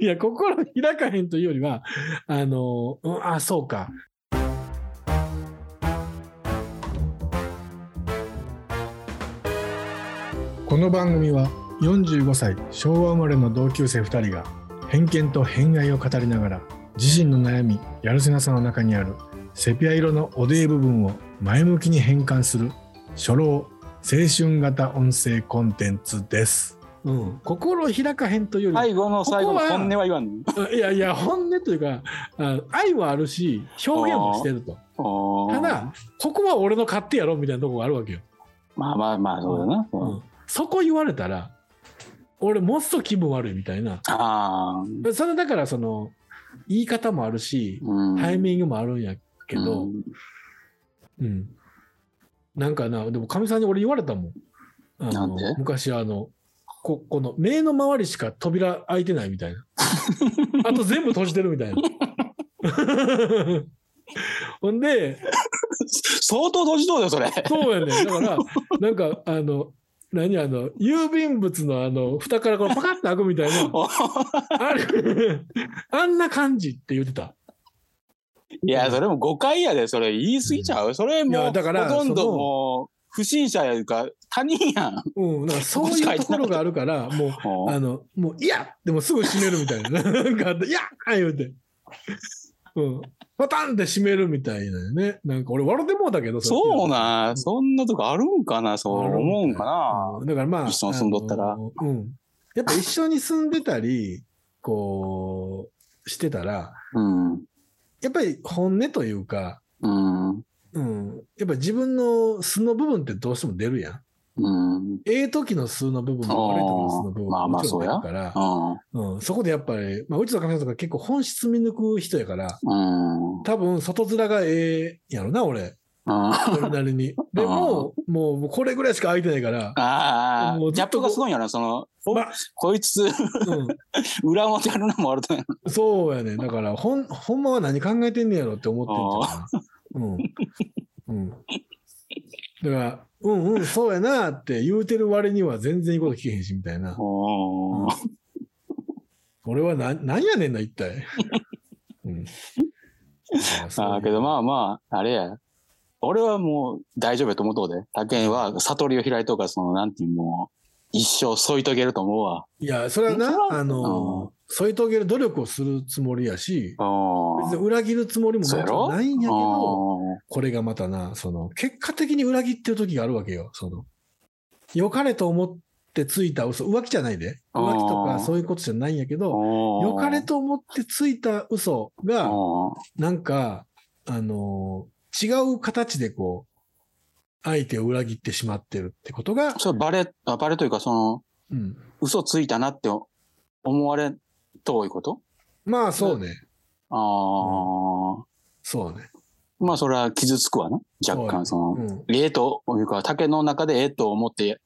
いや、心開かへんというよりは、あの、うん、あ、そうか。この番組は45歳昭和生まれの同級生2人が偏見と偏愛を語りながら自身の悩みやるせなさの中にあるセピア色のおでい部分を前向きに変換する初老青春型音声コンテンツです。うん、心を開かへんというよりは最後の最後のここは本音は言わんのいやいや本音というかあ愛はあるし表現もしてるとあーただここは俺の勝手やろみたいなとこがあるわけよ、まあまあまあそうだな、ううんん、そこ言われたら俺もっと気分悪いみたいなああそれだからその言い方もあるしうんタイミングもあるんやけうどんうんなんかなでもかみさんに俺言われたもんあなのんで昔あのここの目の周りしか扉開いてないみ たいなあと全部閉じてるみたいな ほんで相当閉じそうだよそれそうやねんだから、なんか、あの、何あの、郵便物のあの、蓋からこうパカッと開くみた いな、あれ、 あんな感じって言ってた。いやそれも誤解やでそれ言い過ぎちゃう、それいもやうだからほとんそどのもう不審者やいうか他人やんうん、なんかそういうところがあるから、もう、あの、もう、いやでもすぐ閉めるみた いな。なんかあって、いやあ言うて。うん。パタンって閉めるみたいなよね。なんか俺、笑ってもうたけど、れそうなそんなとこあるんかなそう思うんかな、うんだからまあ。一緒に住んどったらあのうん。やっぱ一緒に住んでたり、こう、してたら、うんやっぱり本音というか、うんうん、やっぱ自分の素の部分ってどうしても出るやん。うんええ時の素の部分も悪い時の素の部分あーまもあまもあちろん出るから、うんうん、そこでやっぱり、まあ、うちの神様とか結構本質見抜く人やから、うん多分外面がええやろな、 俺。あそれなりに。でも、もうもうこれぐらいしか空いてないから、あもうー、ずギっャッとこプうがすごいよな、その、まこいつ、う裏表あるなもあるとやん、そうやね。だから、ほん、ほんまは何考えてんねやろって思ってんじゃん。うん。うん。だから、うんうん、そうやなって言うてる割には全然いいこと聞けへんし、みたい な。おー俺はな何やねんな一 体。うん、ああ、けどまあまあ、あれや。俺はもう大丈夫やと思うとこで。他県は悟りを開いとうから、その、なんていうもう、一生添い遂げると思うわ。いやそれはそなれはあの添い遂げる努力をするつもりやし別に裏切るつもりももちそうやろろんないんやけどうんこれがまたなその結果的に裏切ってる時があるわけよ。その良かれと思ってついた嘘浮気じゃないであー浮気とかそういうことじゃないんやけど良かれと思ってついた嘘がなんか、あのー違う形でこう、相手を裏切ってしまってるってことが、そう、バレ、あバレというか、その、うん、嘘ついたなって思われということまあそうね、ああ、そうね。まあ、それは傷つくわな。若干、そのう、ん、ええというか、竹の中でええと思って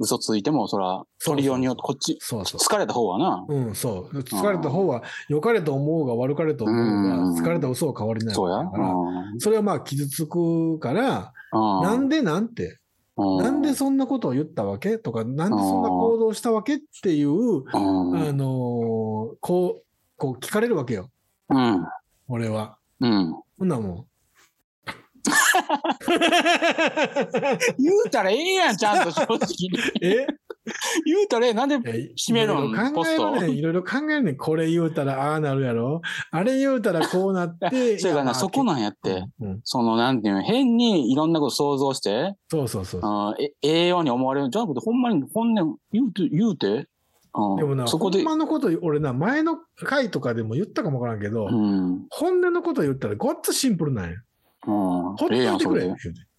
嘘ついても、そら、取りようによって、こっち、そうそう。疲れた方はな。うん、そう。疲れた方は、良かれと思うが悪かれと思ううんが、疲れた嘘は変わりないそうや。わけだからそれはまあ傷つくから、ななんでなんて、なんでそんなことを言ったわけとか、なんでそんな行動したわけっていう、うん。あのーこう、こう聞かれるわけよ、うん。俺は。うん。ほんなら も言うたらええやん、ちゃんと正直 に。う。え言うたらええ、なんで、閉閉めろ考えるねん。いろいろ考えるねん。これ言うたらああなるやろ。あれ言うたらこうなって。 そうやからな、そこなんやって。うん。うんその、なんていうの、変にいろんなこと想像して、そうそうそう。うんえええように思われるんじゃなくて、ほんまに本音言うて、言うて、うんでもな、そこほでん、まのこと、俺な、前の回とかでも言ったかもわからんけど、うん。うん。本音のこと言ったらごっつシンプルなんや。ほっとええやいん、てそくれれ。で言。うて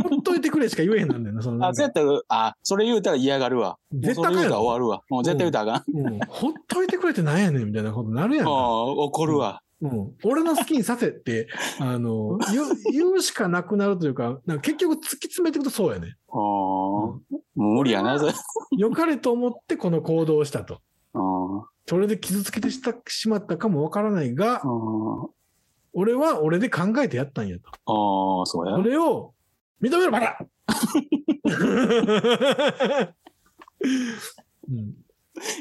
ほっといてくれしか言えへんなんだよな、そのなんあ、かそうやったら、あ、それ言うたら嫌がるわ。もう絶そ対れあか言うんたやらろ。終わるわ。もう絶対言うたらあかうんほっといてくれってなんやねんみたいなことになるやんん。か。もう怒るわ。うん、俺の好きにさせって、あの、言う、言うしかなくなるというか、なんか結局突き詰めていくとそうやね。あーもう無理やな、それ。良かれと思ってこの行動をしたと。あーそれで傷つけてしたしまったかもわからないがあ、ー俺は俺で考えてやったんやと。あー、そうやそ。れを、認めろ、 バカう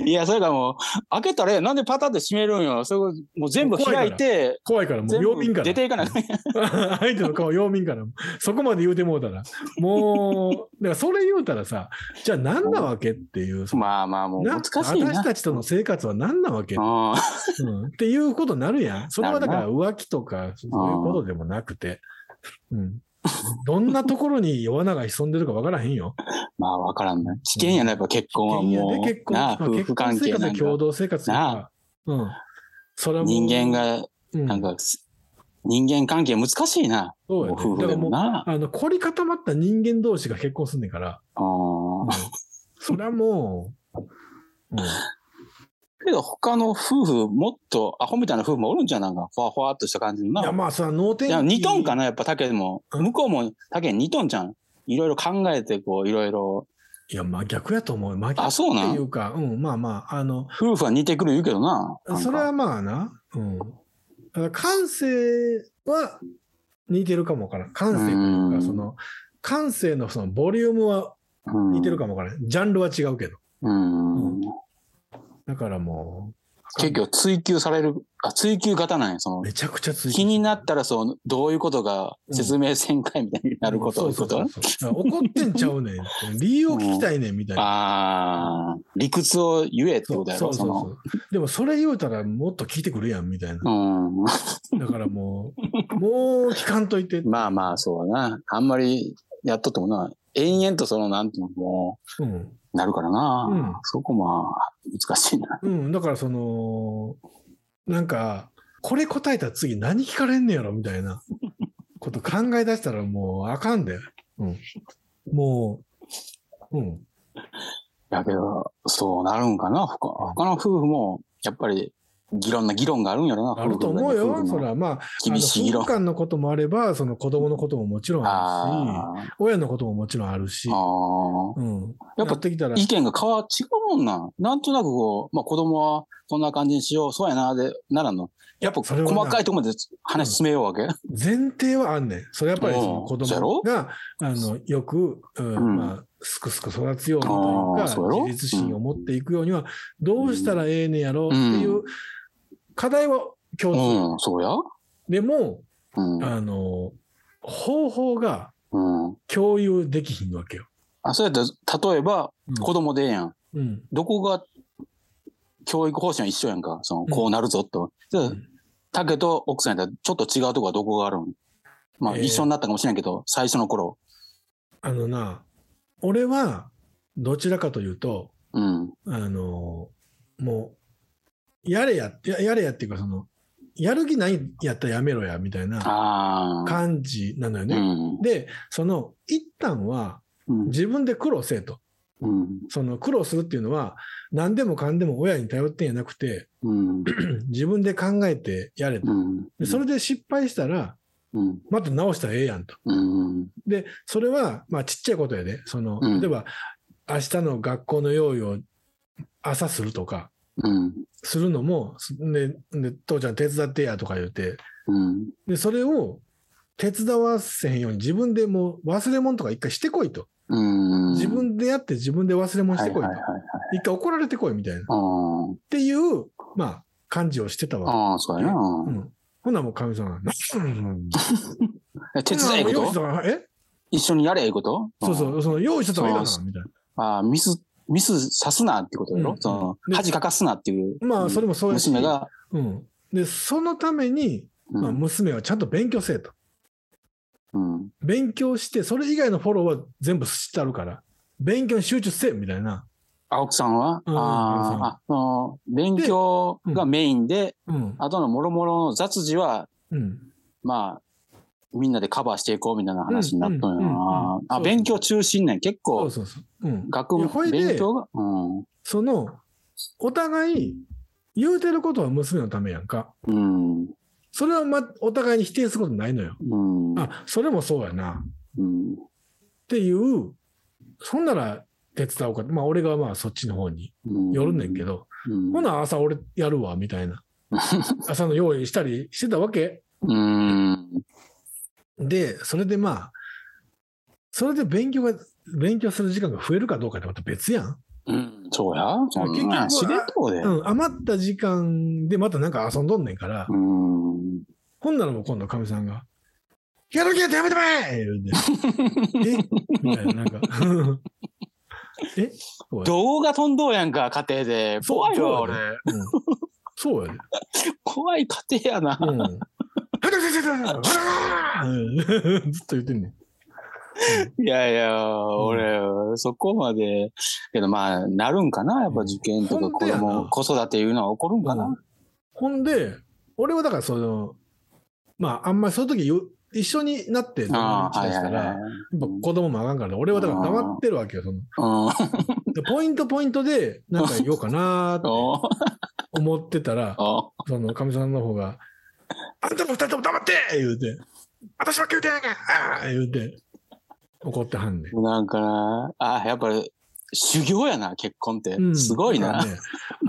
ん、いや、それがもう、開けたらええ、なんでパタって閉めるんよ。それもう全部開いて、怖いから、もう全曜日か部ら。 出ていかない。相手の顔要民からそこまで言うてもうたらもうだからそれ言うたらさじゃあ何なわけっていうそのまあまあ、もうな難しいな。私たちとの生活は何なわけ、うんうんっていうことになるやんそれはだからな浮気とかそういうことでもなくて、 うん、どんなところに弱なが潜んでるか分からへんよ。まあ、わからんね。危険やな、やっぱ結婚はもう。で結婚なあまあ夫婦結婚関係生活なんやか。共同生活とかな、うん、それはもう人間、が、うなんか、人間関係難しいな。そうやね夫婦だかでらももうな。あの凝り固まった人間同士が結婚すんねんから。うんそりゃもう、うんけど他の夫婦、もっとアホみたいな夫婦もおるんじゃんなんか、ほわほわっとした感じのな。いやまあさ、脳天い気や、2トンかな、やっぱ竹も。うん向こうも竹2トンじゃん。いろいろ考えて、こう、いろいろ。いや、まあ逆やと思うよ。真逆あ、そうなっていんうか、うん、まあまあ、あの、夫婦は似てくる言うけどな。なんかそれはまあな、うん。だから感性は似てるかもわからん。感性といううか、んその、感性のそのボリュームは似てるかもわからん。ジャンルは違うけど。うん。うんだからもう、結局、追求される、あ、追求型なんや、その。めちゃくちゃつ気になったら、そう、どういうことが説明せんかいみたいになること、そういうそこうそとうそう。怒ってんちゃうねんって。理由を聞きたいねんみたいな。 ああ、理屈を言えってことやろ、その。うでもそれ言うたらもっと聞いてくるやんみたいな。うん。だからもう、もう聞かんといて。まあまあ、そうだな。あんまりやっとってもな、延々とその、なんていうのも、うん。なるからな。うんそこも、難しいな。 うん。だからその、なんか、これ答えたら次何聞かれんねやろみたいなこと考え出したらもうあかんで。うん。もう、うん。やけど、そうなるんかな。他他の夫婦も、やっぱり、議論な議論があるんやろな。あると思う夫婦よ。のそれはまあ、あの厳しい議夫婦論。間のこともあれば、その子供のことももちろんああるし、親のことももちろんあるしあ。、あうん。やっぱやってきたらあ。、意見が変わ、違うもんな。なんとなくこう、まあ子供はこんな感じにしよう、そうやな、で、ならんの。やっぱそれ細はなかいところまで話進めようわけ。前提はあんねん。それやっぱりそのうん子そうや供ろが、あの、よく、うんうんまあ、すくすく育つようにとあーそういうか、やろ自立心を持っていくようには、どうしたらええねやろうっていう課題は共通。うん、そうや。でも、うん。あの、方法がうん。共有できひんわけよ。あ、そうやったら、例えばうん、子供でええやん。うん。どこが、教育方針は一緒やんか。その、んこうなるぞと。でうんタケと奥さんやったら、ちょっと違うとこはどこがあるんまあ、えー一緒になったかもしれんけど、最初の頃。あのな、俺は、どちらかというと、うん。あの、もう、やれや、ややれやっていうか、その、やる気ないんやったらやめろや、みたいな。ああ。感じなのようね。ん。で、その一旦はうん。自分で苦労せえと。うん。その苦労するっていうのは何でもかんでも親に頼ってんじゃなくてうん。自分で考えてやれと。うん。でそれで失敗したらうん。また直したらええやんと。うん。で、それはまあちっちゃいことやで。そのうん例えば明日の学校の用意を朝するとか。うん。するのも、すで、で父ちゃん手伝ってやとか言うて、うん。で、それを手伝わせへんように自分でもう忘れ物とか一回してこいと。うん自分でやって自分で忘れ物してこいと、はいはいはい一回怒られてこいみたいなっはい。ていうまあ感じをしてたあわ、あああ、そうやな。ううんん、ほんならもう神様が「うんえ手伝えこほんならもう用意しとかとえ一緒にやれえことそうそ。んうその用意してた方がいいかそな」みたいなああ、ミス、ミスさすなってことやうろんそので、恥かかすなっていう。まあそれもそうやし娘が、うん、でそのために、うまあ、ん。娘はちゃんと勉強せえとうん勉強してそれ以外のフォローは全部してあるから勉強に集中せえみたいな、あ奥さんはうんああ、あその、勉強がメインで、うんあとの諸々の雑事は、うん、まあ、みんなでカバーしていこうみたいな話になったんやうんうんうんな。そあ、う勉強中心ね。結そう構、そうそう、うん、学いや問ほい、で勉強が、うん。そのお互い言うてることは娘のためやんかうん。それは、ま、お互いに否定することないのよ。うん。あそれもそうやなっうん。ていうそんなら手伝おうかまあ俺がまあそっちの方にうん寄るねんけど、うんほな朝俺やるわみたいな朝の用意したりしてたわけうん。でそれでまあそれで勉強が勉強する時間が増えるかどうかってまた別やんうん、そうや。そ結ん局なはんしれっとこで。うん、余った時間でまたなんか遊んどんねんから、うん。ほんならもう今度かみさんが、やる気やってやめてまえ 言うて。えみたいな、なんか。えそうや動画飛んどうやんか、家庭で。そう 怖いわ、そうや俺。うんそうやで。怖い家庭やな。うん。うんずっと言ってんねん。いやいや、俺、そこまで。けどまあ、なるんかな、やっぱ受験とうかん子ほんでやな供、子育ていうのは起こるんかう。なんほんで、俺はだからその、まあ、あんまりその時よ一緒になって、ああ、はいやはっいぱはい。子供もあかんから、俺はだから黙ってるわけよ。そのうん。でポイントポイントで、なんか言おうかなーっておー思ってた ら、おそのかみさんの方が、あんたも二人とも黙って言うて、私ばっかり言うてんやんかあー言うて、怒ってはんねん。ーなん かな、あやっぱり修行やな、結婚ってう。んすごいだからな。ね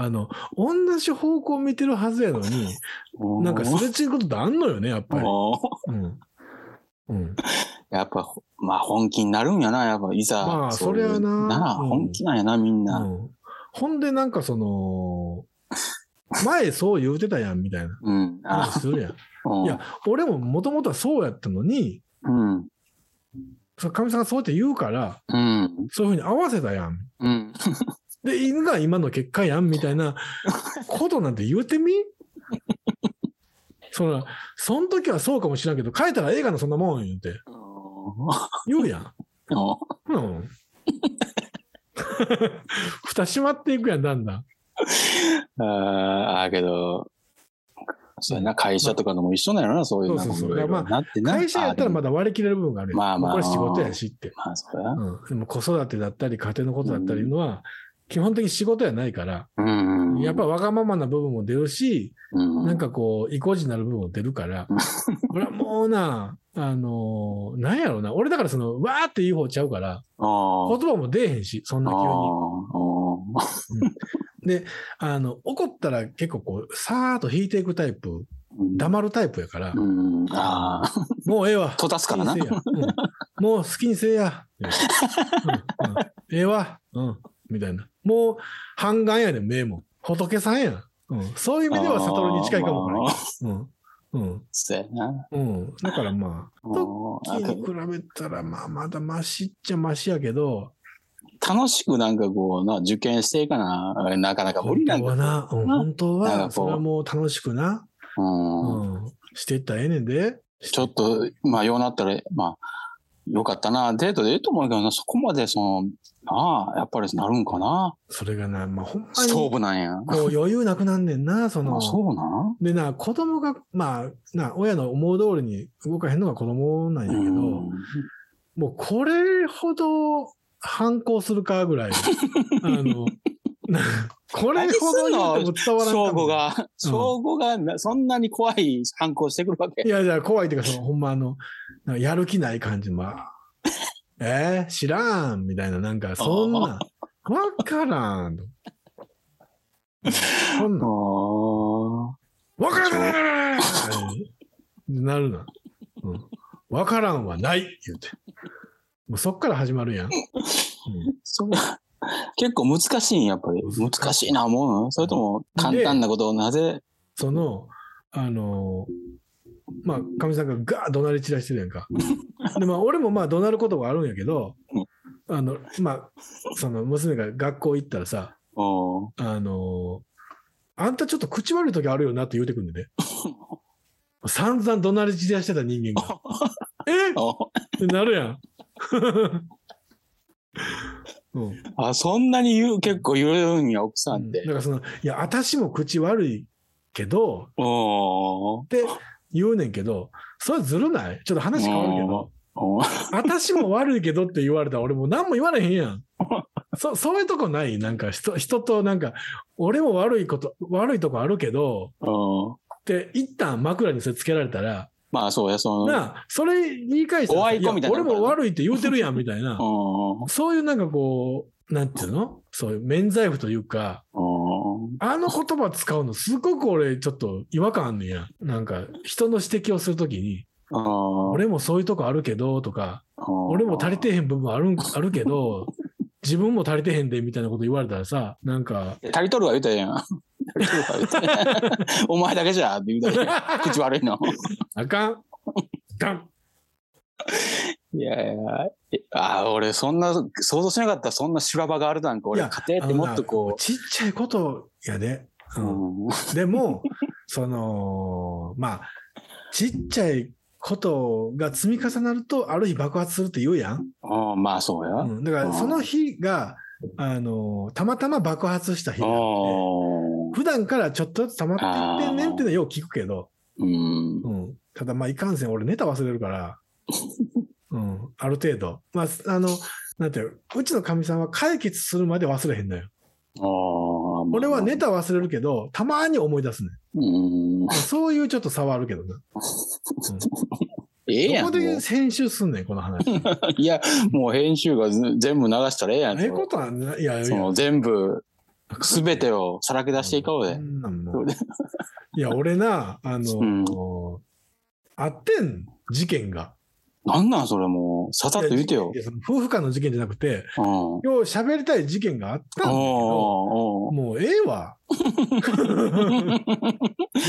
あの、同じ方向見てるはずやのに、うなんかすれ違うことってあんのよね、やっぱり。おーうん。うん。やっぱ、まあ本気になるんやな、やっぱ、いざ。まあういうそりゃななあ、うん本気なんやな、みんうな。んほんで、なんかその、前そう言うてたやん、みたいな。うん。あ話するやん。うんいや俺ももともとはそうやったのに、うん。そのかみさんがそうやって言うから、うん。そういうふうに合わせたやん。うん。で、犬が今の結果やんみたいなことなんて言うてみそら、そん時はそうかもしれんけど、書いたら映画のそんなもん言うて、言うやん。うん。 蓋閉まっていくやん、だんだん。ああー、けど、そうやな、会社とかのも一緒なんやろな、そういうのそうそうそういろいろまあなってな。会社やったらまだ。だ割り切れる部分があるやん。まあまあこれ仕事やしって。まあ、そうや。うん。でも子育てだったり、家庭のことだったりいうのは、基本的に仕事やないから、うんうん。やっぱわがままな部分も出るし、うん、なんかこう、意固地になる部分も出るからうん、これはもうな、あのーなんやろうな、俺だからその、わーって言う方ちゃうから、あ言ー、葉も出えへんし、そんあなー、急に。あーあの、怒ったら結構こう、さーっと引いていくタイプ、うん黙るタイプやから、うん。ああ、もうええわ。閉ざすからな好き。にせえやうんもう好きにせえや。うんうんええわ。うん。みたいな。もう、半眼やねん、目も。仏さんやん。うん。そういう意味では悟りに近いかもわからんあー。うん。うん。そうやな。うん。だからまあ、もう時に比べたら、まあ、まだマシっちゃマシやけど、楽しくなんかこうな、受験していかな、なかなか無理なん本当はだ。な、うん、本当なんかこは、うそれはもう楽しくな、うんうん、していったらええねんで。ちょっと、まあ、ようなったら、まあ、よかったな、デートでいいと思うけどな、そこまで、その、ああ、やっぱりなるんかな、それがな、まあ、ほんまスに、トーこブなんや。う余裕なくなんねん な、そのあ、そうなんでな、子供が、まあ、な、親の思う通りに動かへんのが子供なんやけど、うんもうこれほど反抗するかぐ らい、あの、なこれほど言うても伝わらんかも翔吾。が、翔吾がな、そんなに怖い反抗してくるわけい。やいや、怖いっていうか、そのほんまあの、なんかやる気ない感じ、まあ、 えー、知らんみたいな、なんか、そんな、わからん。そんあな、ーわからないなるな。うんわ、からんはない言うて。もうそっから始まるやん。うんそれ結構難しいんやっぱり。難しいな思うのそれとも簡単なことをなぜ、その、あのーまあ、かみさんがガーッ怒鳴り散らしてるやんか。で、まあ、俺もまあ、怒鳴ることがあるんやけど、あの、まあ、その、娘が学校行ったらさ、うんあのーあんたちょっと口悪い時あるよなって言うてくんでね。散々怒鳴り散らしてた人間が。えってなるやん。 うん、あ、そんなに言う、結構言うんや、奥さんってだ。からその、いや、私も口悪いけど、おーって言うねんけど、それずるないちょっと話変わるけど、おー私も悪いけどって言われたら俺もう何も言われへんやん。そそういうとこないなんか人人となんか、俺も悪いこと、悪いとこあるけど、うんって一旦枕にそれつけられたら、まあ、そうや、その。なあ、それ言い返したらおさ愛子みたいになやるから俺も悪いって言うてるやんみたいなう。んそういうなんかこう、なんていうのそういう免罪符というか、うんあの言葉使うのすごく俺ちょっと違和感あんねんや。なんか人の指摘をするときに、うん俺もそういうとこあるけどとか、俺も足りてへん部分あるんあるけど、自分も足りてへんでみたいなこと言われたらさ、なん か、足りとるわ言うたらええやん。足りとるわ言 うたらええやんお前だけじゃって言うたらええやん口悪いの。あかん。ダンいやいや、えあー俺そんな、想像しなかった、そんな修羅場があるなんか、い俺、や家庭ってもっとこちっちゃいことやで。う、うんうんでも、その、まあ、ちっちゃいことが積み重なると、ある日爆発するって言うやん。あーまあそうや。あうんだから、その日が、あの、たまたま爆発した日あなんで、ー普段からちょっとずつ溜まってってんねんっていうのはよく聞くけど、うん。うん。ただ、まあ、いかんせん、俺ネタ忘れる から、うん、ある程度。まあ、あの、なんていうのうちのかみさんは解決するまで忘れへんのよ。ああ。俺はネタ忘れるけど、たまに思い出すねん。うん。そういうちょっと差はあるけどな。ええやどこん。もで編集すんねん、この 話。えういや、もう編集がず全部流したらええやん。えことはな、いや、いそやの全部、すべてをさらけ出していこうそで。んなんもういや、俺な、あの、あってん、事件が。なんなんそれもう、ささっと言うてよい。やその夫婦間の事件じゃなくて、うん。おー今日喋りたい事件があったんだけど、おーおーもうええ わ。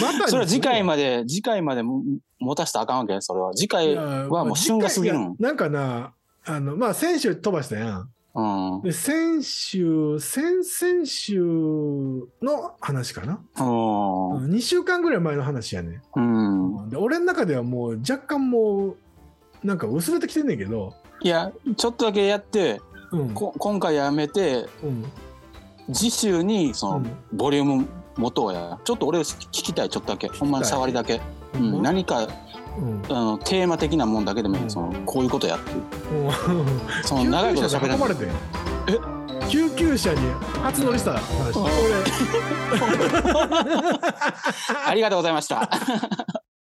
またそれは次回まで、次回までも持たせたらあかんわけそれは。次回、うん。はもう旬が過ぎるんいやなんかな、あの、まあ、先週飛ばしたやん。うん。で先週先々週の話かな、う2週間ぐらい前の話やね、ん。で俺の中ではもう若干もうなんか薄れてきてんねんけど、いや、ちょっとだけやって、うんこ今回やめて、うん次週に、その、うんボリューム持とうや。ちょっと俺聞きたい、ちょっとだけ。ほんまに触りだけ。うんうん何かうんあのテーマ的なもんだけでもいい、うんそのこういうことやっていうもうその救長いこ急と車喋でら運ばないれてんえ救急車に初乗りした話うん俺ありがとうございました